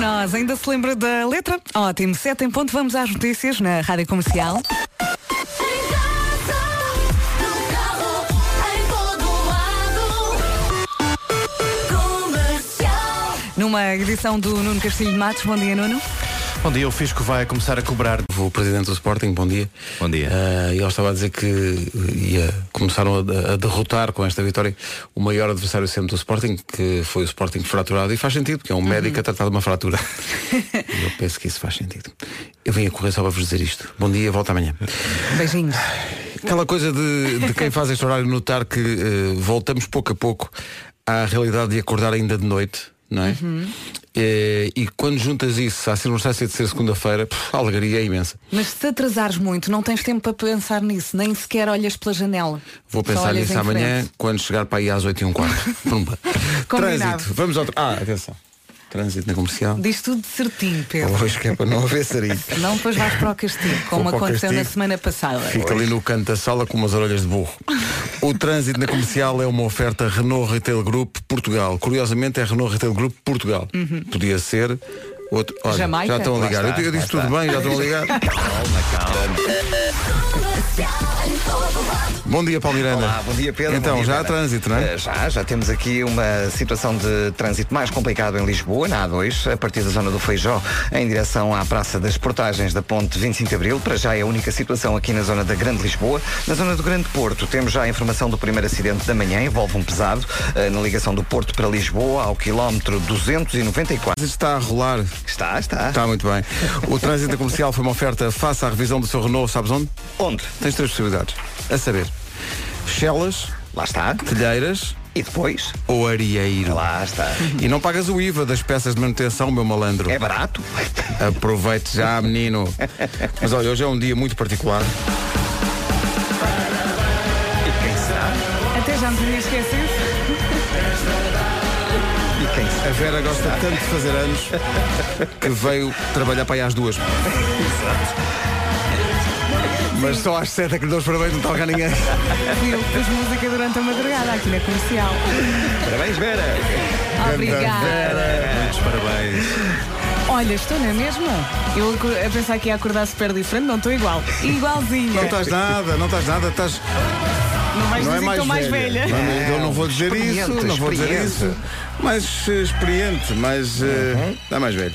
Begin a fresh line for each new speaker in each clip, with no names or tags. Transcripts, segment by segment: nós. Ainda se lembra da letra? Ótimo, 7 em ponto. Vamos às notícias na Rádio Comercial.
Em casa, no carro, em todo lado. Comercial.
Numa edição do Nuno Castilho de Matos. Bom dia, Nuno.
Bom dia, o Fisco vai começar a cobrar.
O presidente do Sporting, bom dia.
Bom dia.
Ah, e ele estava a dizer que ia, começaram a, a derrotar com esta vitória o maior adversário sempre do Sporting, que foi o Sporting fraturado. E faz sentido, porque é um médico a tratar de uma fratura. E eu penso que isso faz sentido. Eu vim a correr só para vos dizer isto. Bom dia, volta amanhã.
Beijinhos.
Aquela coisa de, de quem faz este horário notar que eh, voltamos pouco a pouco à realidade de acordar ainda de noite, não é? Eh, e quando juntas isso à circunstância de ser segunda-feira, pff, a alegria é imensa.
Mas se te atrasares muito, não tens tempo para pensar nisso. Nem sequer olhas pela janela.
Vou
Só
pensar
olhas
nisso
em
amanhã,
frente.
quando chegar para aí às 8 e um quarto. Pumba.
Combinado.
Trânsito. Vamos ao. tr- Ah, atenção. Trânsito na comercial.
Diz tudo certinho, Pedro.
Hoje que é para não haver sarinho.
Não, depois vais para o castigo, como
Vou para o
aconteceu na
castigo.
semana passada.
Fica ali no canto da sala com umas orelhas de burro. O trânsito na comercial é uma oferta Renault Retail Group Portugal. Curiosamente é Renault Retail Group Portugal. Podia ser outro. Olha,
Uhum. Jamaica?
já estão a ligar. eu, eu disse tudo bem, já estão a ligar. Bom dia, Paulo Miranda.
Olá, Ah, bom dia Pedro.
Então,
Bom dia,
já há
Vera.
trânsito, não é?
Eh, Já, já temos aqui uma situação de trânsito mais complicada em Lisboa, na A2, a partir da zona do Feijó, em direção à Praça das Portagens da Ponte 25 de Abril. Para já é a única situação aqui na zona da Grande Lisboa. Na zona do Grande Porto, temos já a informação do primeiro acidente da manhã, envolve um pesado, eh, na ligação do Porto para Lisboa, ao quilómetro 294.
Isto Está a rolar.
Está, está.
Está Tá, muito bem. O trânsito na comercial foi uma oferta face à revisão do seu Renault, sabes onde?
Onde?
Tens três possibilidades. A saber, Chelas,
Lá está.
Telheiras
E depois?
ou Arieiro.
Lá está.
E não pagas o IVA das peças de manutenção, meu malandro.
É barato.
Aproveite já, menino. Mas olha, hoje é um dia muito particular.
E quem será?
Até já me tinha esquecido.
E quem será?
A Vera gosta tanto de fazer anos que veio trabalhar para aí às duas. Mas só às sete é que lhe dou os parabéns, não está a ninguém.
Viu? Pus música durante a madrugada aqui na comercial.
Parabéns, Vera.
Obrigada.
Muitos parabéns.
Olha, estou na mesma. Eu acu- a pensar que ia acordar super diferente, não estou igual. Igualzinha.
Não estás nada, não estás nada, estás.
Não vais
Não
dizer
é
que
mais
estou mais velha.
velha. Não, é eu não vou dizer isso,
É, Experiente,
não vou dizer
experiente.
isso. Mais eh, experiente, mas
Uhum.
está mais velho.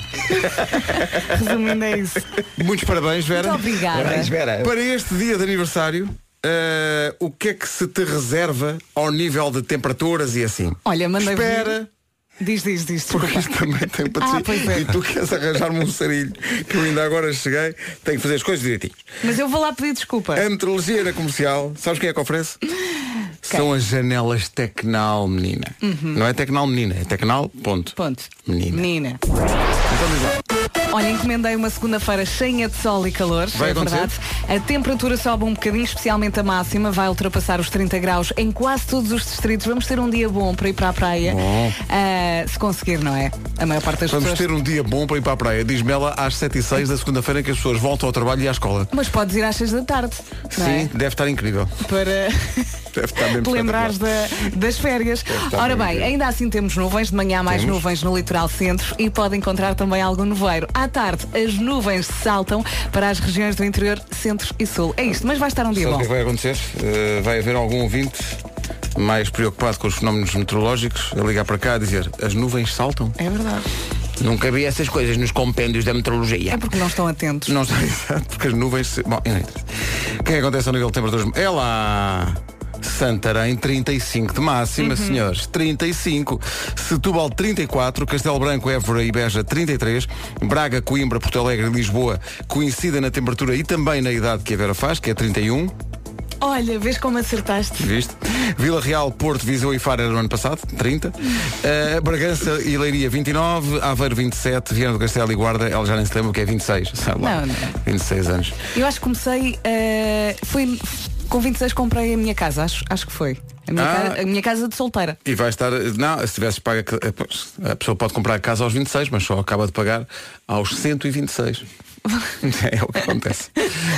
Resumindo, é isso.
Muitos parabéns, Vera.
Muito obrigada.
Parabéns, Vera.
Para este dia de aniversário, eh, o que é que se te reserva ao nível de temperaturas e assim?
Olha, mandei vir-
Espera,
Diz, diz, diz.
porque isto também tem para ti.
Ah, pois é.
E tu queres arranjar-me um sarilho, que eu ainda agora cheguei, tenho que fazer as coisas direitinho.
Mas eu vou lá pedir desculpa.
A metrologia na comercial, sabes quem é que oferece? São as janelas Tecnal, menina. Não é Tecnal, menina, é Tecnal, ponto.
Ponto.
Menina.
Menina.
Então diz lá.
Olha, encomendei uma segunda-feira cheia de sol e calor,
Vai
é
acontecer?
verdade. A temperatura sobe um bocadinho, especialmente a máxima, vai ultrapassar os 30 graus em quase todos os distritos. Vamos ter um dia bom para ir para a praia,
Bom.
Ah, se conseguir, não é? A maior parte das
Vamos
pessoas.
ter um dia bom para ir para a praia. Diz-me ela às 7 e 6 da segunda-feira em que as pessoas voltam ao trabalho e à escola.
Mas podes ir às 6 da tarde, não é?
Sim, deve estar incrível.
Para
Deve estar mesmo
te lembrares da- das férias.
estar
Ora
bem,
bem,
é.
ainda assim temos nuvens, de manhã há mais
Temos.
nuvens no litoral centro e pode encontrar também algum nevoeiro. À tarde, as nuvens saltam para as regiões do interior, centro e sul. É isto, mas vai estar um dia
Sabe
bom.
o que é que vai acontecer? Eh, vai haver algum ouvinte mais preocupado com os fenómenos meteorológicos a ligar para cá a dizer as nuvens saltam?
É verdade.
Nunca vi essas coisas nos compêndios da meteorologia.
É porque não estão atentos.
Não está exato, porque as nuvens. se- Bom, não interessa. O que é que acontece ao nível de temperaturas? É lá! Santarém 35 de
Uhum.
máxima, senhores, 35, Setúbal 34, Castelo Branco, Évora e Beja 33, Braga, Coimbra, Porto Alegre e Lisboa coincidem na temperatura e também na idade que a Vera faz, que é 31,
Olha, vês como acertaste.
viste? Vila Real, Porto, Viseu e Faro era no ano passado, 30, Uh, Bragança e Leiria 29, Aveiro 27, Viana do Castelo e Guarda, ela já nem se lembra o que é 26, sabe lá,
Não, não.
26 anos.
Eu acho que comecei. eh, foi com 26 comprei a minha casa, acho, acho que foi. A minha,
Ah.
casa, a minha casa de solteira.
E vai estar. Não, se tivesse pago. A pessoa pode comprar a casa aos 26, mas só acaba de pagar aos 126. É o que acontece.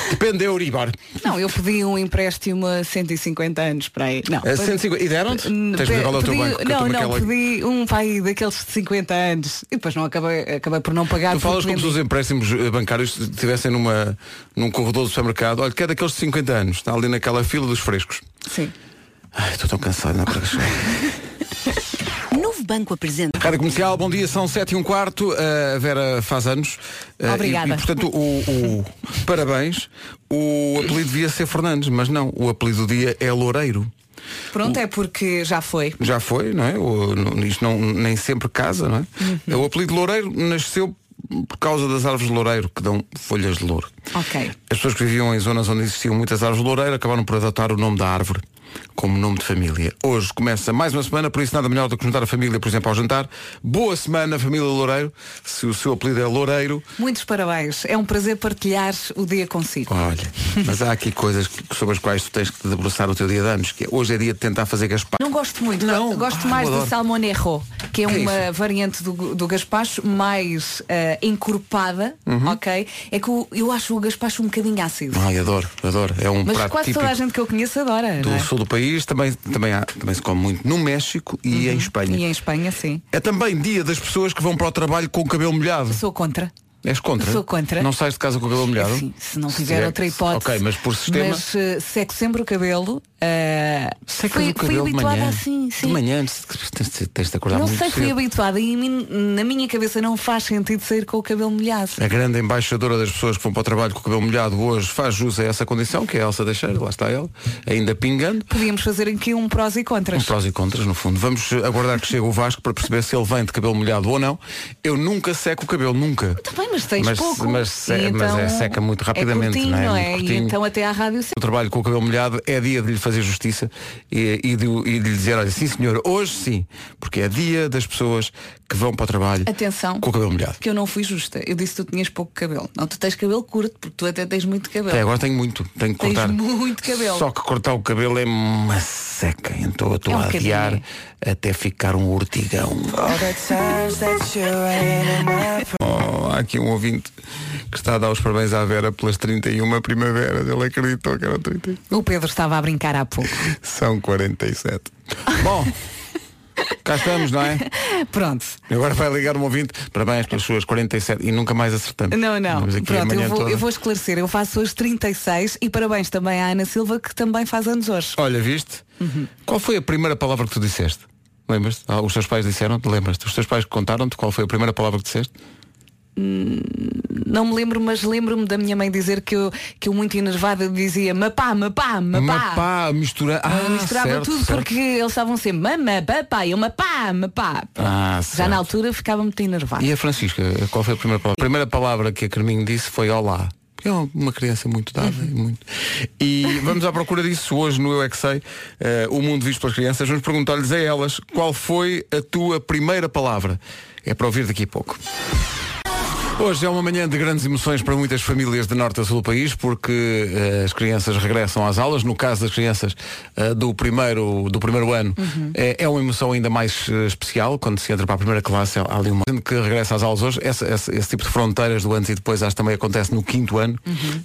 Depende Eh, da Euribor.
Não, eu pedi um empréstimo a 150 anos para aí. Não.
Eh, 150 E deram-te? Tens de ver qual é o teu
Hum, Pedi-
banco. que eu
não,
tomo
não,
aquela-
pedi um pai daqueles de 50 anos e depois não acabei, acabei por não pagar.
Tu falas
porque
como se os
vendi.
empréstimos eh, bancários estivessem numa, num corredor do supermercado. Olha, que é daqueles de 50 anos. Está ali naquela fila dos frescos.
Sim.
Ai, estou tão cansado, não é para chegar.
Novo Banco apresenta.
Rádio Comercial, bom dia, são 7 e um quarto, a Vera faz anos. Uh,
Obrigada.
E, e, portanto, o, o- parabéns, o apelido devia ser Fernandes, mas não, o apelido do dia é Loureiro.
Pronto, é porque já foi.
Já foi, não é? O, não- isto não, nem sempre casa, não é? O apelido Loureiro nasceu por causa das árvores de loureiro, que dão folhas de louro.
Ok.
As pessoas que viviam em zonas onde existiam muitas árvores de loureiro acabaram por adotar o nome da árvore como nome de família. Hoje começa mais uma semana, por isso nada melhor do que juntar a família, por exemplo, ao jantar. Boa semana, família Loureiro. Se o seu apelido é Loureiro,
Muitos parabéns. É um prazer partilhar o dia consigo.
olha. Mas há aqui coisas que- sobre as quais tu tens que te debruçar o teu dia de anos, que é- hoje é dia de tentar fazer gaspar.
Não gosto muito,
Não.
gosto
Ah,
mais
eu
do
adoro.
salmonerro, que é
Que é
uma
isso?
variante do, do gaspacho mais eh, encorpada,
Uhum.
ok? É que o- eu acho o gaspacho um bocadinho ácido.
Ai, adoro, adoro. É um
Mas
prato
quase
típico.
toda a gente que eu conheço adora.
do
não é?
sul do país, também, também, há- também se come muito no México e em Espanha.
Uhum. E em Espanha, sim.
É também dia das pessoas que vão para o trabalho com o cabelo molhado.
Sou contra.
És contra?
Sou contra.
Não sais de casa com o cabelo molhado?
Sim, se não
Se
tiver
tiver-
outra hipótese.
Ok, mas por sistema-
Mas eh, seco sempre o cabelo. eh,
Secas
fui,
o cabelo
fui
de
habituada
manhã.
assim, sim.
De manhã tens, tens- tens de acordar
Não
muito
sei, fui
cedo.
habituada e a mim- na minha cabeça não faz sentido sair com o cabelo molhado.
A grande embaixadora das pessoas que vão para o trabalho com o cabelo molhado hoje faz jus a essa condição, que é a Elsa Deixeira, lá está ela, ainda pingando.
Podíamos fazer aqui um prós e
Um
contras.
prós e contras, no fundo. Vamos eh, aguardar que chegue o Vasco para perceber se ele vem de cabelo molhado ou não. Eu nunca seco o cabelo, nunca.
Também, Tá mas tens
Mas-
pouco.
mas se-
E
mas
então
é seca muito rapidamente,
é curtinho,
não é?
não
Muito
é? E
curtinho.
então até à rádio
o trabalho com o cabelo molhado é dia de lhe fazer justiça e, e de, e de lhe dizer, olha, sim senhor, hoje sim, porque é dia das pessoas que vão para o trabalho
Atenção.
com o cabelo molhado.
que eu não fui justa. Eu disse que tu tinhas pouco cabelo. Não, tu tens cabelo curto, porque tu até tens muito cabelo.
Até agora tenho muito, tenho que
Tens
cortar.
muito cabelo.
Só que cortar o cabelo é uma seca, então eu estou
É um
a adiar
bocadinho,
até ficar um urtigão. Oh, há aqui um ouvinte que está a dar os parabéns à Vera pelas 31 primaveras. Ele acreditou que era 31.
O Pedro estava a brincar há pouco.
São 47. Bom, cá estamos, não é?
Pronto.
Agora vai ligar um ouvinte, parabéns pelas suas 47 e nunca mais acertamos.
Não, não.
Andamos aqui a
Pronto,
manhã
eu vou,
toda.
eu vou esclarecer. Eu faço hoje 36 e parabéns também à Ana Silva, que também faz anos hoje.
Olha, viste?
Uhum.
Qual foi a primeira palavra que tu disseste? Lembras-te? Ah, os teus pais disseram-te? Lembras-te? Os teus pais contaram-te qual foi a primeira palavra que disseste?
Não me lembro, mas lembro-me da minha mãe dizer que eu, que eu muito enervada dizia mapá, mapá, mapá.
Mapá, mistura... ah,
Eu misturava
certo,
tudo
certo.
porque eles estavam sempre mamá, papá, eu mapá, mapá.
Ah,
Já
certo.
na altura ficava muito enervada.
E a Francisca, qual foi a primeira palavra? A primeira palavra que a Carminho disse foi olá. Porque É uma criança muito dada e muito. E vamos à procura disso hoje no Eu É Que Sei, eh, o mundo visto pelas crianças. Vamos perguntar-lhes a elas qual foi a tua primeira palavra. É para ouvir daqui a pouco. Hoje é uma manhã de grandes emoções para muitas famílias de norte a sul do país, porque eh, as crianças regressam às aulas. No caso das crianças eh, do, primeiro, do primeiro ano,
Uhum.
eh, é, uma emoção ainda mais eh, especial. Quando se entra para a primeira classe, há ali uma. Sendo que regressa às aulas hoje, essa- essa- esse, tipo de fronteiras do antes e depois, acho que também acontece no quinto ano,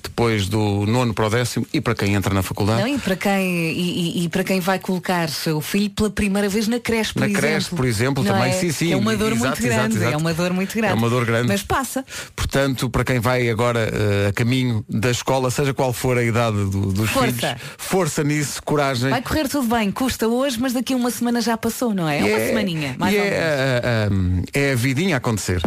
depois do nono para o décimo, e para quem entra na faculdade.
Uhum. Não, é? e para quem e, e- e para quem vai colocar o filho pela primeira vez na creche, por
Na
exemplo.
creche, por exemplo,
Não
também,
é?
sim, sim.
É uma dor
Exato,
muito
exato,
grande,
exato.
é uma dor muito grande.
É uma dor grande.
Mas passa.
Portanto, para quem vai agora eh, a caminho da escola, seja qual for a idade do- dos
Força.
filhos, força nisso, coragem.
Vai correr tudo bem, custa hoje, mas daqui a uma semana já passou, não é? É
E
uma semaninha, mais
e
ou menos.
é, ah, ah, hum, é a vidinha a acontecer.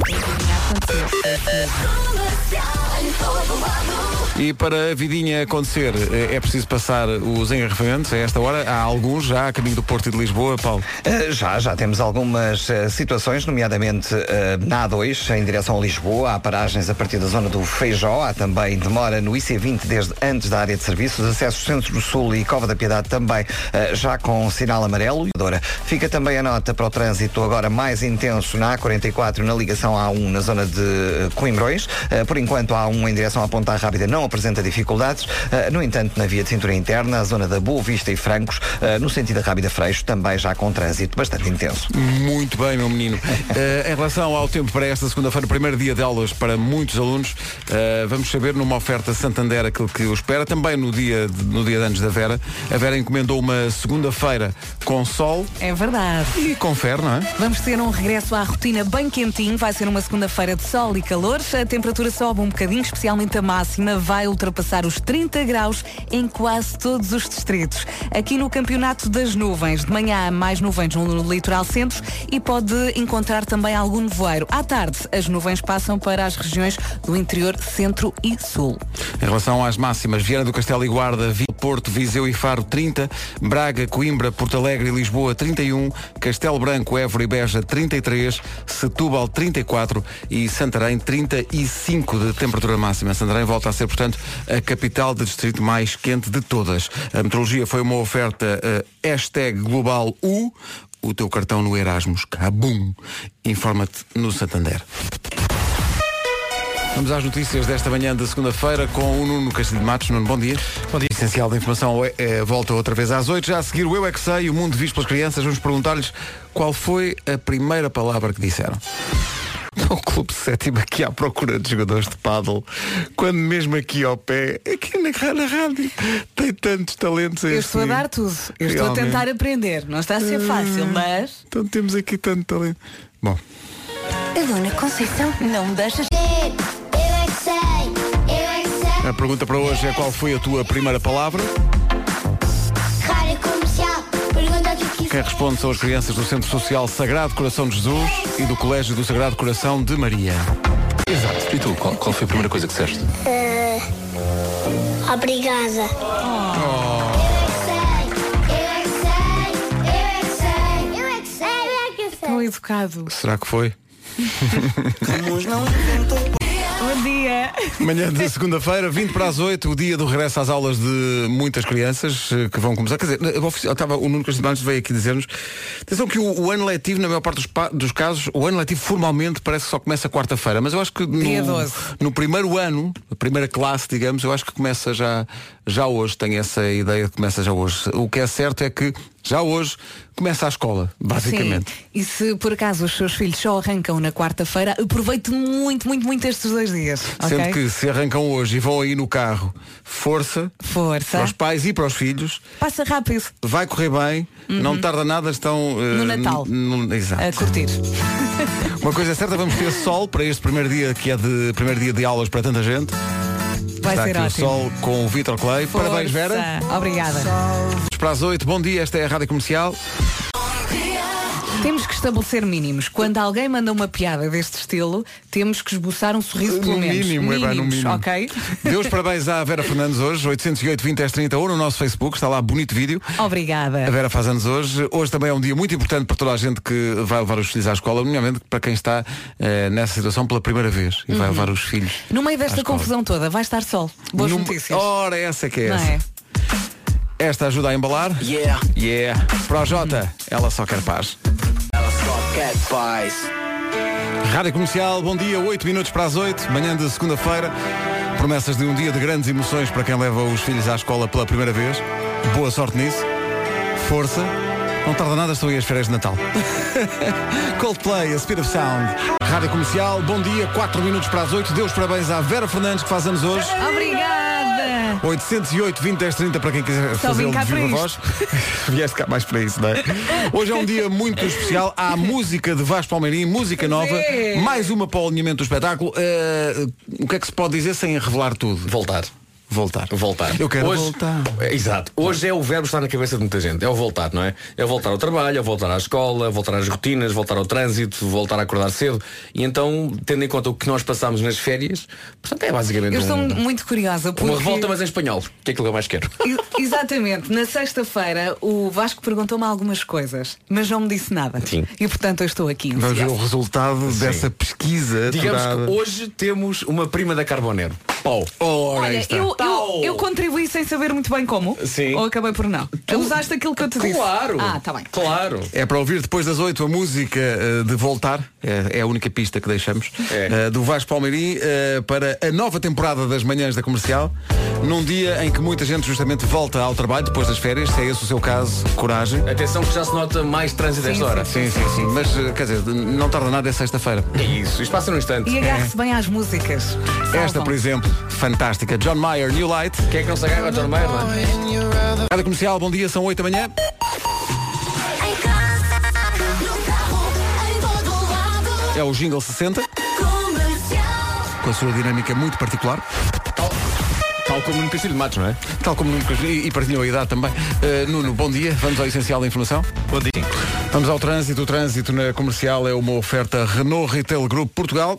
E para a vidinha acontecer eh, é preciso passar os engarrafamentos a esta hora. Há alguns já a caminho do Porto e de Lisboa, Paulo.
Eh, Já, já temos algumas eh, situações, nomeadamente eh, na A2, em direção a Lisboa. Há paragens a partir da zona do Feijó. Há também demora no IC20 desde antes da área de serviços. Acessos Centro-Sul e Cova da Piedade também eh, já com sinal amarelo. Dora, Fica também a nota para o trânsito agora mais intenso na A44 na ligação A1 na zona de eh, Coimbrões. Eh, Por enquanto, a A1 em direção à Ponta Rápida não apresenta dificuldades. Eh, No entanto, na via de cintura interna, a zona da Boa Vista e Francos, eh, no sentido da Rábida Freixo, também já com trânsito bastante intenso.
Muito bem, meu menino. Eh, em relação ao tempo para esta segunda-feira, primeiro dia de aulas para muitos alunos. Uh, vamos saber numa oferta Santander aquilo que o espera. Também no dia, de- no dia de anos da Vera, a Vera encomendou uma segunda-feira com sol
É verdade.
e com ferro, não é?
Vamos ter um regresso à rotina bem quentinho. Vai ser uma segunda-feira de sol e calor. A temperatura sobe um bocadinho, especialmente a máxima. Vai ultrapassar os 30 graus em quase todos os distritos. Aqui no Campeonato das Nuvens, de manhã há mais nuvens no litoral centro e pode encontrar também algum nevoeiro. À tarde, as nuvens passam para as regiões do interior centro e sul.
Em relação às máximas, Viana do Castelo e Guarda, Vila Porto, Viseu e Faro 30, Braga, Coimbra, Porto Alegre e Lisboa 31, Castelo Branco, Évora e Beja 33, Setúbal 34 e Santarém 35 de temperatura máxima. Santarém volta a ser, portanto, a capital de distrito mais quente de todas. A meteorologia foi uma oferta eh, hashtag global U, o teu cartão no Erasmus. Cabum! Informa-te no Santander. Vamos às notícias desta manhã da segunda-feira com o Nuno Castilho de Matos. Nuno, bom dia. Bom dia. Essencial da informação é, é, volta outra vez às oito. Já a seguir o Eu É Que Sei, o mundo visto pelas crianças. Vamos perguntar-lhes qual foi a primeira palavra que disseram. O Clube Sétimo aqui à procura de jogadores de pádel, quando mesmo aqui ao pé, aqui na, na rádio, tem tantos talentos. é assim.
Eu estou a dar tudo. Eu estou a tentar aprender. Não está a ser fácil, mas...
Então temos aqui tanto talento. Bom,
A dona Conceição não me deixa
Eu é que sei, eu é que sei.
a pergunta para hoje é qual foi a tua primeira palavra?
Rádio comercial, pergunta o que quiser.
Quem responde são as crianças do Centro Social Sagrado Coração de Jesus e do Colégio do Sagrado Coração de Maria.
Exato. E tu, qual, qual foi a primeira coisa que disseste?
Obrigada.
Oh.
é Eu é que sei, eu é que sei. Eu é que sei, eu é que sei.
Tão um educado.
Será que foi?
Bom dia.
Manhã de segunda-feira, 20 para as 8, o dia do regresso às aulas de muitas crianças eh, que vão começar. Quer dizer, eu ofici- eu estava, o Nuno Castilho de Manos veio aqui dizer-nos atenção que o, o ano letivo, na maior parte dos, pa- dos casos, o ano letivo formalmente parece que só começa quarta-feira, mas eu acho que no,
Dia 12.
no primeiro ano, a primeira classe, digamos, eu acho que começa já, já hoje, tenho essa ideia de que começa já hoje. O que é certo é que já hoje começa a escola, basicamente.
Sim. E se por acaso os seus filhos só arrancam na quarta-feira, aproveite muito, muito, muito estes dois dias.
Sendo
ok?
que se arrancam hoje e vão aí no carro, força para
Força.
os pais e para os filhos.
Passa rápido
vai correr bem, não tarda nada, estão eh,
Uhum. No Natal.
n- n- exato.
a curtir.
Uma coisa é certa, vamos ter sol para este primeiro dia que é de primeiro dia de aulas para tanta gente.
Vai
Está
ser
aqui
ótimo.
o sol com o Vitor Clay.
Força.
Parabéns, Vera.
Obrigada.
Para as 8, bom dia, esta é a Rádio Comercial.
Temos que estabelecer mínimos. Quando alguém manda uma piada deste estilo, temos que esboçar um sorriso pelo
No
menos.
mínimo, é
Mínimos,
pá, no mínimo.
ok?
Deus parabéns à Vera Fernandes hoje, 808 20 10 30 ou um, no nosso Facebook, está lá bonito vídeo. A
Obrigada.
Vera faz anos hoje. Hoje também é um dia muito importante para toda a gente que vai levar os filhos à escola, nomeadamente para quem está eh, nessa situação pela primeira vez e vai
Uhum.
levar os filhos.
No meio
à
desta
escola.
confusão toda, vai estar sol. Boas
Num-
notícias.
Ora, essa que é
Não
essa.
é?
Esta ajuda a embalar? Yeah. Yeah. Pro J,
Hum.
ela só quer paz. Rádio Comercial, bom dia, 8 minutos para as 8, manhã de segunda-feira. Promessas de um dia de grandes emoções para quem leva os filhos à escola pela primeira vez. Boa sorte nisso. Força. Não tarda nada, estou aí às férias de Natal. Coldplay, a Speed of Sound. Rádio Comercial, bom dia, 4 minutos para as 8. Deus parabéns à Vera Fernandes, que faz anos hoje.
é? Obrigada.
808 20 10 30 para quem quiser
Só
fazer
vim
um
cá
desvio
para
da voz. Vieste cá mais para isso, não é? Hoje é um dia muito especial. Há música de Vasco Palmeirim, música nova,
é.
mais uma para o alinhamento do espetáculo. Eh, o que é que se pode dizer sem revelar tudo?
Voltar.
Voltar.
Voltar.
Eu quero
Hoje-
voltar.
É, Exato. Hoje é o verbo que está na cabeça de muita gente. É o voltar, não é? É o voltar ao trabalho, é o voltar à escola, voltar às rotinas, voltar ao trânsito, voltar a acordar cedo. E então, tendo em conta o que nós passámos nas férias, portanto é basicamente
Eu estou
Hum.
um-
muito curiosa porque...
uma revolta, mas em espanhol. Que é aquilo que eu mais quero.
E- Exatamente, na sexta-feira o Vasco perguntou-me algumas coisas, mas não me disse nada.
Sim.
E portanto eu estou aqui.
Vamos ver o
entusiasta.
resultado dessa pesquisa.
Digamos
apurada.
que hoje temos uma prima da Carbonero. Pau.
Ora, aí
Olha,
está.
eu, eu,
Tau.
eu contribuí sem saber muito bem como.
Sim.
Ou acabei por não. Usaste aquilo que eu te disse.
Claro.
Ah, está bem.
Claro.
É para ouvir depois das 8 a música eh, de Voltar, é, é a única pista que deixamos,
É.
eh, do Vasco Palmeirim eh, para a nova temporada das manhãs da comercial, num dia em que muita gente justamente volta ao trabalho depois das férias, se é esse o seu caso, coragem.
Atenção que já se nota mais trânsito esta hora.
Sim, sim, sim. Mas, eh, quer dizer, não tarda nada, é sexta-feira.
É isso. Isto passa num instante.
E agarre-se bem às músicas.
Esta,
Salvam.
por exemplo, fantástica. John Mayer, New Light.
Quem é que não se agarra? John Mayer, não é?
Cada comercial, bom dia, são 8 da manhã.
Em casa, no carro, em todo lado.
É o Jingle 60,
Comercial.
com a sua dinâmica muito particular.
Tal como no Castilho de Matos, não é?
Tal como nunca e e partilhou a idade também. Eh, Nuno, bom dia. Vamos ao essencial da informação.
Bom dia.
Vamos ao trânsito. O trânsito na comercial é uma oferta Renault Retail Group Portugal.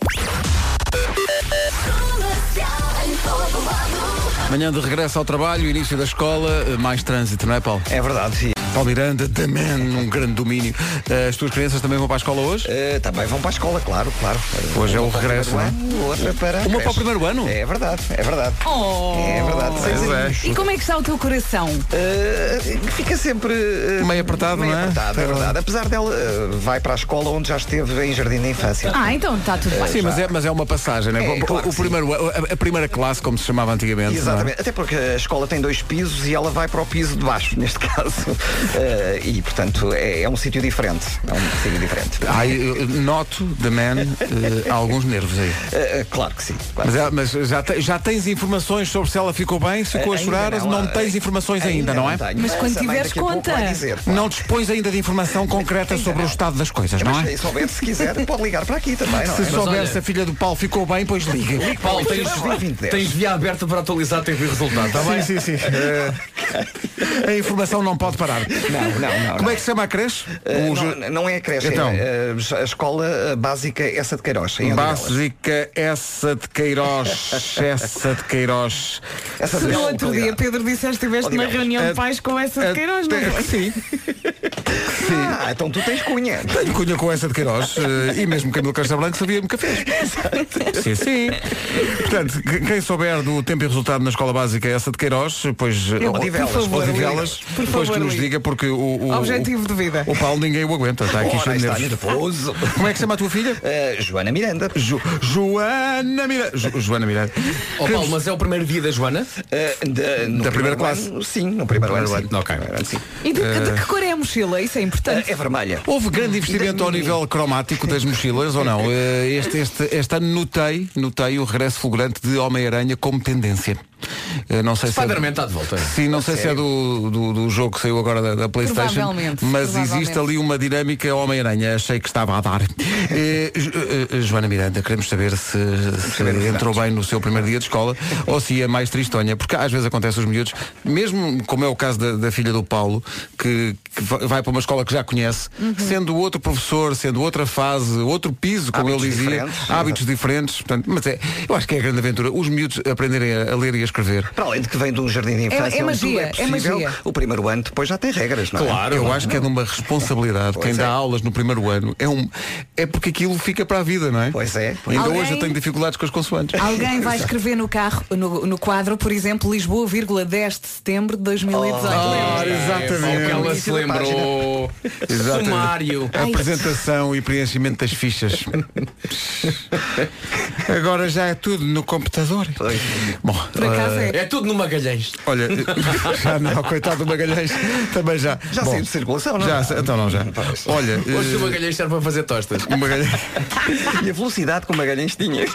Comercial, em todo lado.
Manhã de regresso ao trabalho, início da escola, eh, mais trânsito, não é, Paulo?
É verdade. E,
Paulo Miranda, The Man, um grande domínio. Eh, As tuas crianças também vão para a escola hoje?
eh, também vão para a escola, claro, claro. Eh,
Hoje é
uma
o
para
regresso,
primeiro ano, Outra para. a
Uma para o
creche.
primeiro ano?
É verdade, é verdade.
Oh.
É verdade. Seis aninhos.
E como é que está o teu coração?
Uh, fica sempre uh,
Meio apertado,
meio
não é?
apertado, é verdade. Apesar dela, uh, vai para a escola onde já esteve em jardim da infância.
Ah, então está tudo bem.
Sim, mas é, mas é uma passagem, né?
É,
O- o-
claro
o
que
primeiro, ano- a, a primeira classe, como se chamava antigamente. é?
Exatamente, até porque a escola tem dois pisos e ela vai para o piso de baixo, neste caso. Uh, e, portanto, é, é um sítio diferente. É um sítio diferente.
não é? Ai, eu noto, The Man, eh, há alguns nervos aí.
Uh, uh, claro que sim. claro
Mas,
que
é- mas já, te- já tens informações sobre se ela ficou bem, se ficou é a
Ainda
chorar, Eh, não,
uh,
tens informações ainda, não é?
tenho,
Mas quando
também
tiveres
daqui a pouco
conta.
vai dizer, claro.
Não dispões ainda de informação concreta
Ainda
sobre o
não.
estado das coisas, não
Mas
é?
se souber, se quiser, pode ligar para aqui também, não é?
Se souber
olha-
se a filha do Paulo ficou bem, pois liga.
Paulo, tens,
Não, vinte, dez.
tens via aberta para atualizar, tens de ver resultado, está bem?
é sim, sim. Tá Eh, a informação não pode parar.
Não, não, não.
Como é que se chama a creche?
Uh,
Os-
não, não é a creche,
Então.
é uh, a escola uh, básica essa de Queiroz. em Odivelas.
Básica essa de Queiroz. Essa de Queiroz.
Essa
Se
é a
no outro dia,
localidade.
Pedro, disseste que estiveste na
Odivelas.
reunião
Eh,
de pais com essa de Queiroz, não é?
Até-
foi?
Sim.
Ah, então tu tens cunha.
Tenho cunha com essa de Queiroz eh, e mesmo Camilo Castro Branco sabia-me cafés. Sim, sim. Portanto, que- quem souber do tempo e resultado na escola básica é essa de Queiroz, pois eh,
Ou de
ou-
Velas,
ou
por
de
favor,
Velas,
liga. Por
depois que
favor,
nos
liga.
diga, porque o, o,
Objetivo
o-
de vida.
o Paulo ninguém o aguenta. Está aqui
Ora,
cheio de
está
nervos.
nervoso.
Como é que se chama a tua filha?
Uh, Joana Miranda.
Jo- Joana Miranda. Jo- Joana Miranda.
Ó, Paulo, mas é o primeiro dia da Joana?
Uh, de- no
Da primeira
primeiro
classe.
ano, sim, no primeiro,
Primeiro
ano. sim.
ano, ok.
Primeiro ano, sim.
E de, de que cor é a mochila? Isso é importante.
Uh, é vermelha.
Houve grande investimento ao nível cromático das mochilas ou não? Eh, Este, este, este ano notei, notei o regresso fulgurante de Homem-Aranha como tendência. Eh, Não sei se é-
Spider-Man está de volta.
Sim, não sei se é do, do, do jogo que saiu agora da, da Playstation
Provavelmente,
Mas
provavelmente.
existe ali uma dinâmica Homem-Aranha Achei que estava a dar Eh, Jo- eh, Joana Miranda, queremos saber se, se entrou bem no seu primeiro dia de escola Ou se é mais tristonha Porque às vezes acontece os miúdos Mesmo como é o caso da, da filha do Paulo que, que va- vai para uma escola que já conhece
Uhum.
Sendo outro professor, sendo outra fase Outro piso, como
Hábitos
eu dizia
diferentes.
Hábitos diferentes portanto, Mas é, eu acho que é a grande aventura Os miúdos aprenderem a- a ler e a escrever
Para além de que vem de um jardim de infância
é
onde tudo
magia, é
é possível,
magia.
o primeiro ano depois já tem regras, não é?
Eu acho que é de uma responsabilidade. Quem
Pois
dá
é.
aulas no primeiro ano é, um, é porque aquilo fica para a vida, não é?
Pois é.
Ainda
Alguém-
hoje eu tenho dificuldades com as consoantes.
Alguém vai escrever no carro, no, no quadro, por exemplo, Lisboa, vírgula, 10 de setembro de 2018.
Oh,
Ora,
É,
Ah, exatamente.
ela se lembrou.
Exatamente.
Sumário.
Apresentação e preenchimento das fichas. Agora já é tudo no computador. Bom, eh,
Por acaso é.
É tudo no Magalhães.
olha, já não, coitado do Magalhães, também já.
Já
Bom,
saiu de circulação, não é?
Já, sa- então não já. Olha,
Hoje
eh,
o Magalhães serve para fazer tostas.
o Magalhães,
E a velocidade que o Magalhães tinha.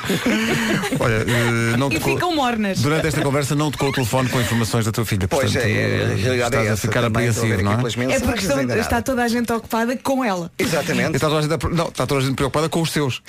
olha, eh, não
E
tocou-
ficam mornas.
Durante esta conversa não tocou o telefone com informações da tua filha.
Pois
portanto,
é, é, a realidade é
estás a
essa,
ficar
também estou a
apreensivo,
ver aqui
não é?
pelas
É
mensagens,
porque estão-
ainda nada.
está toda a gente ocupada com ela.
E
Então,
Exatamente.
está toda a gente, apre- não, está toda a gente preocupada com os seus.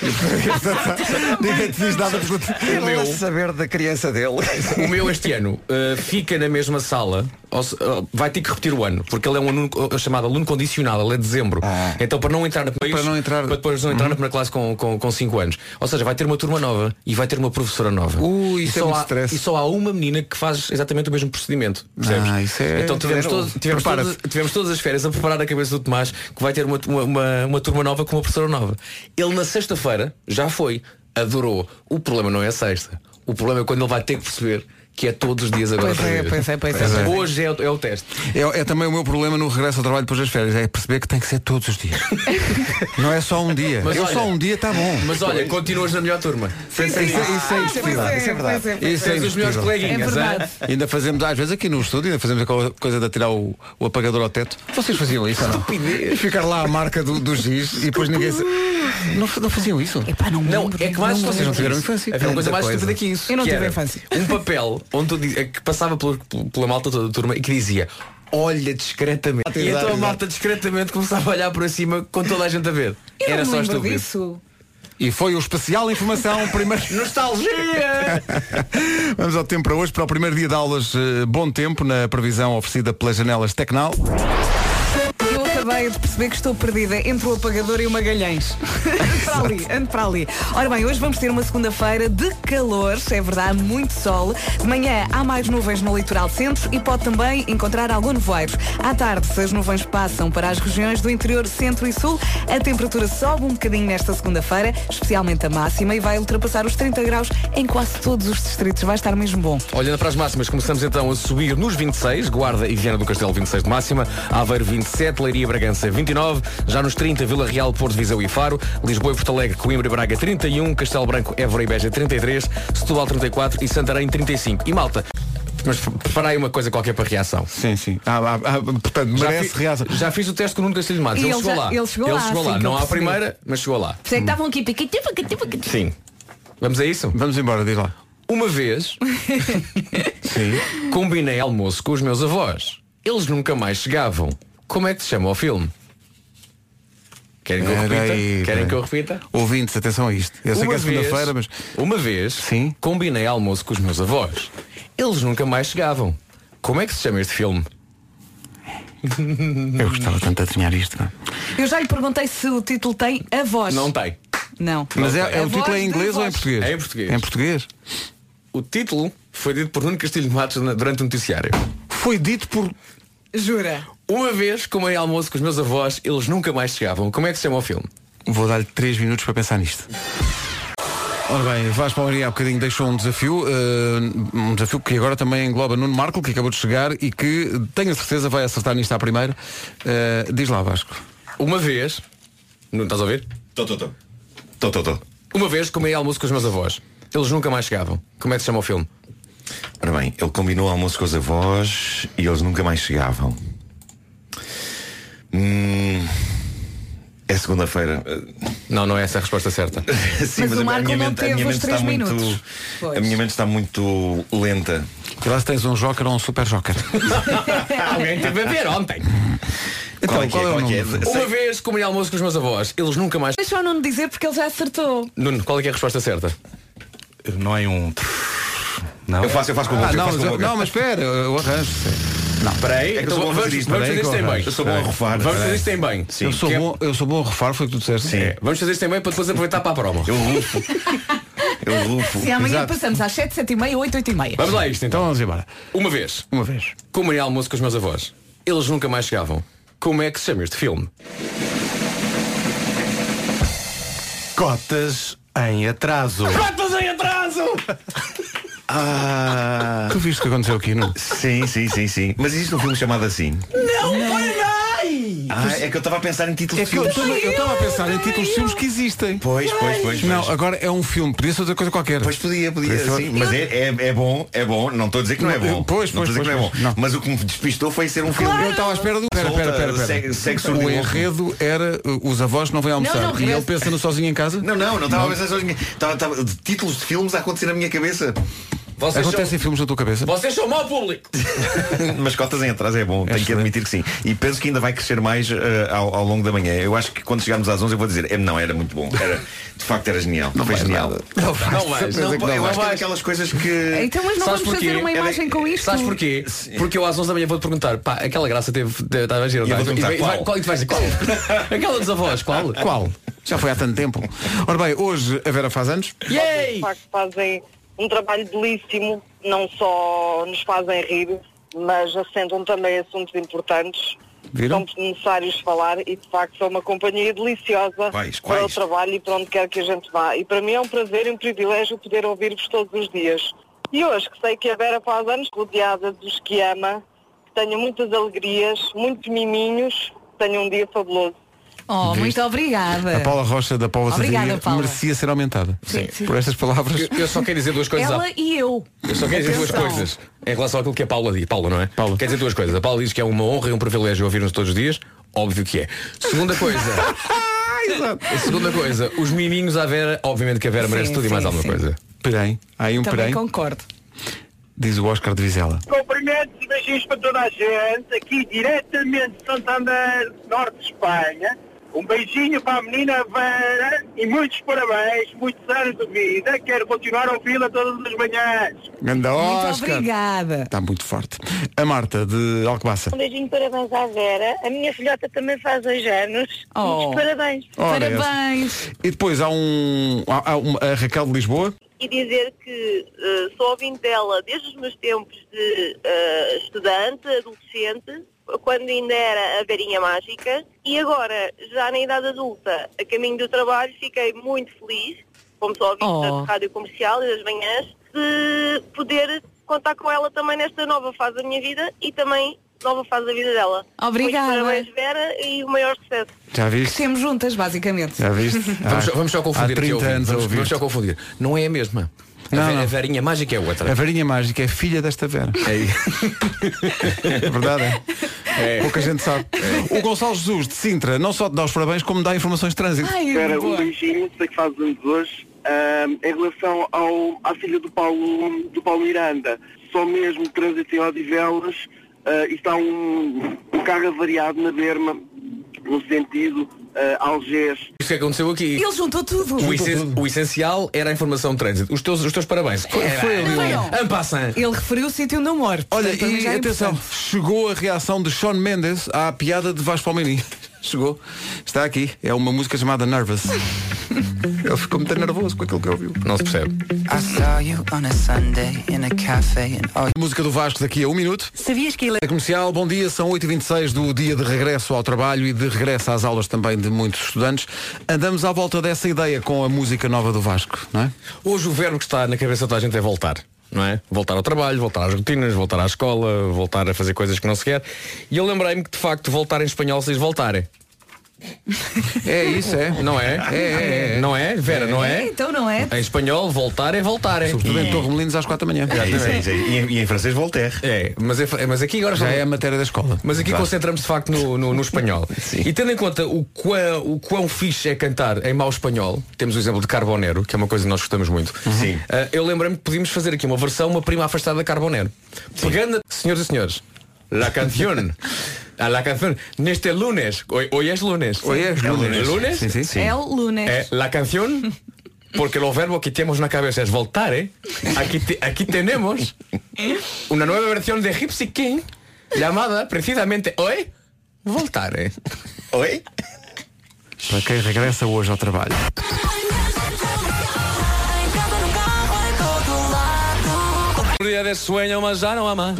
Ninguém te diz nada porque
Ele lá saber da criança dele.
O meu este ano uh, fica na mesma sala, ou se- uh, vai ter que repetir o ano, porque ele é um aluno uh, chamado aluno condicional, ele é de dezembro. Então para não entrar na primeira-
Ah. Para não entrar- Uhum.
para depois não entrar na primeira classe com 5 com, com cinco anos. Ou seja, vai ter uma turma nova e vai ter uma professora nova.
Ui, isso
e
é
só
muito
há,
stress.
E só há uma menina que faz exatamente o mesmo procedimento. Percebes?
Ah, isso é-
Então tivemos,
Primeiro,
todos- tivemos,
prepara-te.
todas, tivemos todas as férias a preparar a cabeça do Tomás que vai ter uma, uma, uma, uma turma nova com uma professora nova. Ele na sexta-feira já foi, adorou. O problema não é a sexta. O problema é quando ele vai ter que perceber que é todos os dias agora.
Pois é,
outra vez.
pois é, pois é. Pois é.
Hoje é, o- é o teste.
É, é também o meu problema no regresso ao trabalho depois das férias, é perceber que tem que ser todos os dias. Não é só um dia.
Mas
Eu
olha-
só um dia está bom.
Mas olha, Ah, continuas na melhor turma.
Isso, isso, isso é impossível.
Isso é verdade.
pois Ah, é, pois
Isso é
Tens os melhores
impossível.
é. É
coleguinhas. hã?
verdade.
Ainda fazemos, às vezes aqui no estúdio, ainda fazemos aquela coisa de atirar o, o apagador ao teto. Vocês faziam isso ou não? E ficar lá a marca do, do giz e depois ninguém se... não, não faziam isso?
Epá, não, me
Não,
lembro,
é que mais
me
vocês não
lembro.
tiveram
disso.
infância.
Havia
Havia uma
muita
coisa mais
coisa.
estúpida que isso.
Eu não
que
tive
era
infância.
Um papel onde tu diz- é que passava pelo- pela malta toda da turma e que dizia olha discretamente. E então a malta discretamente começava a olhar para cima com toda a gente a ver.
Eu não
Era
me
só
lembro
estúpido.
disso.
E foi o especial informação primeiro.
Nostalgia!
Vamos ao tempo para hoje, para o primeiro dia de aulas, eh, bom tempo na previsão oferecida pelas janelas Tecnal.
Eu acabei de perceber que estou perdida entre o apagador e o Magalhães. ando para ali, ando para ali. Ora bem, hoje vamos ter uma segunda-feira de calor, é verdade, muito sol. De manhã há mais nuvens no litoral centro e pode também encontrar algum nevoeiro. À tarde, se as nuvens passam para as regiões do interior centro e sul, a temperatura sobe um bocadinho nesta segunda-feira, especialmente a máxima, e vai ultrapassar os 30 graus em quase todos os distritos. Vai estar mesmo bom.
Olhando para as máximas, começamos então a subir nos 26, Guarda e Viana do Castelo 26 de máxima, Aveiro 27, Leiria e Bragança 29, já nos 30, Vila Real, Porto, Viseu e Faro, Lisboa e Porto Alegre, Coimbra e Braga 31, Castelo Branco, Évora e Beja 33, Setúbal 34 e Santarém 35. E Malta, mas preparei uma coisa qualquer para a reação.
Sim, sim. Ah, ah, ah, portanto, merece
fi-
reação.
já fiz o teste com o Nuno Castilho de Matos,
E
ele,
ele
chegou
já-
lá.
ele chegou lá, assim que
não
eu
à
percebi.
primeira, mas chegou lá.
Sei que estavam aqui piquitipa, piquitipa, piquitipa.
Sim. Vamos a isso?
Vamos embora, diz lá.
Uma vez combinei almoço com os meus avós. Eles nunca mais chegavam. Como é que se chama o filme? Querem que eu
Peraí,
repita? Querem
peraí.
que eu repita?
Ouvintes, atenção a isto. Eu sei que é
vez-
segunda-feira, mas
Uma vez
Sim.
combinei almoço com os meus avós. Eles nunca mais chegavam. Como é que se chama este filme?
eu gostava tanto de adivinhar isto. não é?
Eu já lhe perguntei se o título tem a voz.
Não tem.
Não.
Mas
Não
é,
sei.
é
A
o título
voz
é em
de
inglês ou em
voz.
português?
É em português.
Em português.
O título foi dito por Nuno Castilho de Matos na- durante o noticiário.
Foi dito por.
Jura?
Uma vez combinei almoço com os meus avós. Eles nunca mais chegavam. Como é que se chama o filme?
Vou dar-lhe 3 minutos para pensar nisto. Ora bem, Vasco Palmeirinho há bocadinho deixou um desafio, eh, um desafio que agora também engloba Nuno Marco, que acabou de chegar e que tenho a certeza vai acertar nisto à primeira. Eh, diz lá, Vasco.
Uma vez. Não estás a ouvir?
Tô, tô, tô. Tô, tô, tô.
Uma vez comi almoço com os meus avós. Eles nunca mais chegavam. Como é que se chama o filme?
Ora bem, ele combinou o almoço com os avós e eles nunca mais chegavam. Hum, é segunda-feira.
Não, não é essa a resposta certa.
Sim,
Mas o Marco não teve os três
está muito.
minutos. Pois.
A minha mente está muito lenta.
E lá se tens um joker ou um super joker.
Alguém teve a ver ontem.
Então,
é que
qual é o
que
número?
Sei-
Uma vez comi almoço com os meus avós. Eles nunca mais.
Deixa o Nuno dizer porque ele já acertou.
Nuno, qual é, que é a resposta certa?
Não é um. Não.
Eu faço, eu faço com o
Ah,
boca. eu
não,
faço
mas,
com o
eu-
boca.
não, mas espera, eu arranjo. Não,
Peraí,
É que eu sou bom a
Então vamos,
fazer isto,
vamos
peraí,
fazer isto em bem.
Eu sou bom a rofar.
Vamos fazer isto em bem.
eu sou,
Que é-
bom, eu sou bom a refar, foi o que tu disseste.
Sim.
Vamos fazer isto em bem para depois aproveitar para a prova.
Eu rufo. Eu rufo.
Se amanhã
Exato.
passamos às 7, 7 e meia, 8, 8 e meia.
Vamos lá a isto então.
Então vamos embora.
Uma vez
Uma vez.
comi almoço com os meus avós. Eles nunca mais chegavam. Como é que se chama este filme?
Cotas em atraso.
Pratas em atraso!
Ah,
Tu viste o que aconteceu aqui, não?
sim, sim, sim, sim. Mas existe um filme chamado assim? Não, não. Ah, é que eu estava a pensar em título de filmes.
eu estava a pensar em títulos de filmes que existem.
Pois, pois, pois.
Não,
pois.
agora é um filme, podia ser outra coisa qualquer.
Pois podia, podia,
Pois
sim, mas é, é, é bom, é bom, não estou a dizer que não é bom.
Pois,
não estou a dizer
pois,
que não é
pois,
bom.
pois. Não.
Mas o que me despistou foi ser um filme.
Eu estava à espera do. Pera, pera, pera, pera.
Segue- segue surdo
O
e mudo.
enredo era uh, os avós não vêm almoçar.
Não, não,
e
resta-
ele pensa no sozinho em casa?
Não, não, não estava a pensar sozinho. Estava, estava- de títulos de filmes a acontecer na minha cabeça.
Vocês
Acontecem
são...
filmes na tua cabeça?
Vocês são mau público!
Mas cotas em atrás é bom, tenho que
excelente.
admitir que sim. E penso que ainda vai crescer mais eh, ao, ao longo da manhã. Eu acho que quando chegarmos às 11 eu vou dizer, "Eh, não, era muito bom. Era, de facto era genial. Não foi genial.
Não vais, não vais.
Não, pô, eu acho que é daquelas coisas que.
Então, mas não
Sabes
vamos
porquê?
fazer uma
é
imagem com isto.
Sabes porquê? Porque eu às 11 da manhã vou-te perguntar, pá, aquela graça teve, teve estava a girar,
E eu
não é?
vou-te perguntar,
e vai-
qual?
qual? E tu vais dizer, qual? aquela dos avós, qual?
Qual? Já foi há tanto tempo. Ora bem, hoje a Vera faz anos.
Yay!
de facto fazem um trabalho belíssimo, não só nos fazem rir, mas assentam também assuntos importantes
Viram?
são necessários falar e de facto são uma companhia deliciosa
Quais,
para o
quais?
trabalho e para onde quer que a gente vá. E para mim é um prazer e um privilégio poder ouvir-vos todos os dias. E hoje que sei que a Vera faz anos rodeada dos que ama, que tenho muitas alegrias, muitos miminhos, tenho um dia fabuloso.
Oh, muito obrigada.
A Paula Rocha da Paula
É. Obrigada,
Santinha
Paula.
merecia ser aumentada.
Sim, sim.
Por estas palavras.
Eu, eu só quero dizer duas coisas. à-
Ela e eu.
Eu só quero dizer duas
Atenção.
coisas em relação àquilo que a Paula diz. Paula, não é? Paula. Quer dizer duas coisas. A Paula diz que é uma honra e um privilégio ouvir-nos todos os dias. Óbvio que é. Segunda coisa. A segunda coisa. Os miminhos à Vera. Obviamente que a Vera merece
Sim,
tudo e
sim,
mais alguma
sim.
coisa.
Perém. Há aí um
Também
perém.
concordo.
Diz o Oscar de Vizela.
Cumprimentos e beijinhos para toda a gente, aqui diretamente de Santander, norte de Espanha. Um beijinho para a menina Vera e muitos parabéns, muitos anos de vida. Quero continuar a ouvi-la todas as manhãs.
Ganda
Muito
Oscar.
obrigada.
Está muito forte. A Marta de Alcobaça.
Um beijinho, parabéns à Vera. A minha filhota também faz dois anos.
Oh.
Muitos parabéns.
Ora,
Parabéns.
E depois há um. Há, há uma- a Raquel de Lisboa.
e dizer que eh, sou ouvinte dela desde os meus tempos de eh, estudante, adolescente, quando ainda era a Verinha Mágica, e agora, já na idade adulta, a caminho do trabalho, fiquei muito feliz, como sou ouvinte
Oh.
da rádio comercial e das manhãs, de poder contar com ela também nesta nova fase da minha vida e também nova fase da vida dela.
Obrigada.
Muitos parabéns, Vera, e o maior sucesso.
Já viste?
Crescemos juntas, basicamente.
Já viste?
Vamos,
Há-
só- vamos só confundir.
Há
aqui
30
ouvinte.
anos a
vamos,
ouvir.
vamos só confundir. Não é a mesma.
Não,
a, ve-
não.
a verinha mágica é
A
outra.
varinha mágica é filha desta Vera. É verdade, é? Pouca gente sabe. O Gonçalo Jesus de Sintra não só te dá os parabéns, como dá informações de trânsito.
Ai,
Espera, um
boa.
beijinho, sei que faz anos hoje. Ahm, em relação ao, à filha do Paulo, do Paulo Miranda, só mesmo trânsito em Odivelas ah, e está um, um carro avariado na berma, no sentido ah, Algés.
Isso que aconteceu aqui.
Ele juntou tudo.
O, essen- o essencial era a informação de trânsito. Os teus, os teus parabéns. Foi
ali um- Ele referiu o sítio onde eu moro.
é. Olha,
Portanto, também
e
já é
atenção,
importante.
chegou a reação de Sean Mendes à piada de Vasco Palmeirinho. Chegou. Está aqui. É uma música chamada Nervous. Ele ficou muito nervoso com aquilo que ouviu.
Não se percebe.
A música do Vasco daqui a um minuto.
Sabias que ele
É comercial, bom dia, são 8h26 do dia de regresso ao trabalho e de regresso às aulas também de muitos estudantes. Andamos à volta dessa ideia com a música nova do Vasco, não é?
Hoje o verbo que está na cabeça de toda a gente é voltar. Não é? Voltar ao trabalho, voltar às rotinas, voltar à escola, voltar a fazer coisas que não se quer. E eu lembrei-me que de facto voltar em espanhol vocês voltarem.
É isso, é.
Não é? É, é, é. Não é? Vera, não é?
Então não é?
Em espanhol, voltar é voltarem.
Sobretudo em Torremolinos às 4 da manhã.
É isso, é isso, é isso. E, em- e em francês Voltaire.
É, mas, é, mas aqui agora
Já
só-
é a matéria da escola.
Mas aqui concentramos de facto no, no, no espanhol. E tendo em conta o quão, o quão fixe é cantar em mau espanhol, temos o exemplo de Carbonero, que é uma coisa que nós gostamos muito.
Sim.
Ah, eu lembrei-me que podíamos fazer aqui uma versão, uma prima afastada de Carbonero. Pegando, a- senhoras e senhores, la canción. A la canción. Neste lunes. Hoy, hoy es lunes.
Hoy es
lunes.
é, Lunes.
Sim, sim.
É o Lunes.
Eh, la canción, porque los verbos que tenemos en la cabeza es voltar, ¿eh? Aquí, te- aquí tenemos una nueva versión de Gypsy King llamada precisamente eh. hoy Voltare.
Oi?
Para quem regressa hoje ao trabalho.
Un día de sueño más ya no amas.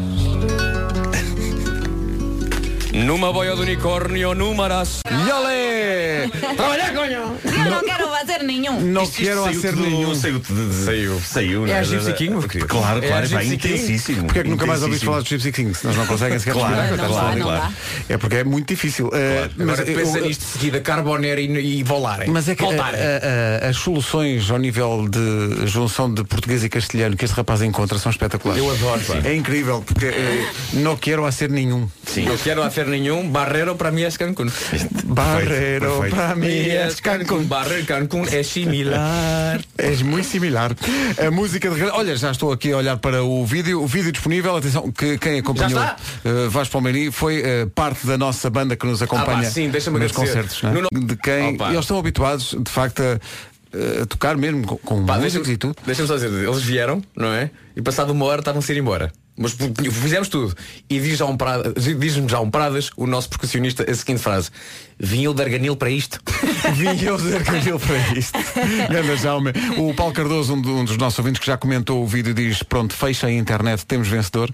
Numa boia de unicornio, númaras.
Yole!
Trabalhar, coño!
Eu não quero fazer nenhum.
Não
Isto- isto
quero
saiu-te
ser
do-
nenhum.
Saiu-te de, de-
Saiu.
Saiu, não
É a Gypsy King, meu querido.
Claro,
É a
claro, é, pá,
Gypsy King.
intensíssimo.
Porque é que nunca mais ouviste
intensíssimo.
falar dos Gypsy Kings? Nós não conseguem sequer
Claro,
respirar com
não
esta
dá,
música.
não
claro.
É porque é muito difícil. Eh,
Agora
eu-
pensa nisto de seguida, Carbonero e, e Volare.
Mas é que a-
Voltare.
a- a- as soluções ao nível de junção de português e castelhano que este rapaz encontra são espetaculares.
Eu adoro, pá.
É incrível, porque eh, não quero a ser nenhum.
No quiero hacer nenhum barrero para mí es Cancún.
Barreiro
perfeito.
para mim é és Cancún.
Barrero Cancún é similar.
És muito similar. A música de regresso. Olha, já estou aqui a olhar para o vídeo. O vídeo disponível, atenção, que quem acompanhou
Já está?
eh, Vasco Palmeirim foi eh, parte da nossa banda que nos acompanha
Ah, pá, sim, deixa-me
nos
agradecer.
concertos. não é?
No no-
De quem
Opa.
eles estão habituados, de facto, a, a tocar mesmo com, com
Pá,
músicos
deixa-me
e tudo.
deixa-me só dizer, eles vieram, não é? E passado uma hora estavam-se a ir embora. Mas p- fizemos tudo. E diz-me já, um Prada- diz-me já um Pradas, o nosso percussionista, a seguinte frase. Vim eu de Arganil para isto.
Vim eu dizer cabelo para isto. Ganda Jaume. O Paulo Cardoso, um, do- um dos nossos ouvintes que já comentou o vídeo, diz: Pronto, fecha a internet, temos vencedor.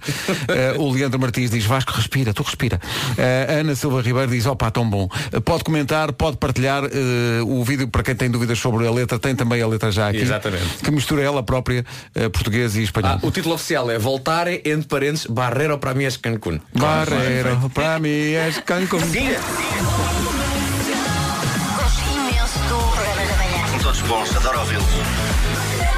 Eh, o Leandro Martins diz: Vasco, respira, tu respira. Eh, a Ana Silva Ribeiro diz: Opá, tão bom. Eh, pode comentar, pode partilhar eh, o vídeo para quem tem dúvidas sobre a letra. Tem também a letra já aqui.
Exatamente.
Que mistura ela própria, eh, português e espanhol.
Ah, o título oficial é Voltare, entre parênteses, Barreiro para mim é Cancún.
Barreiro, para mim és Cancún.
Gosto imenso do programa da manhã.
Todos bons, adoro ouvi-los.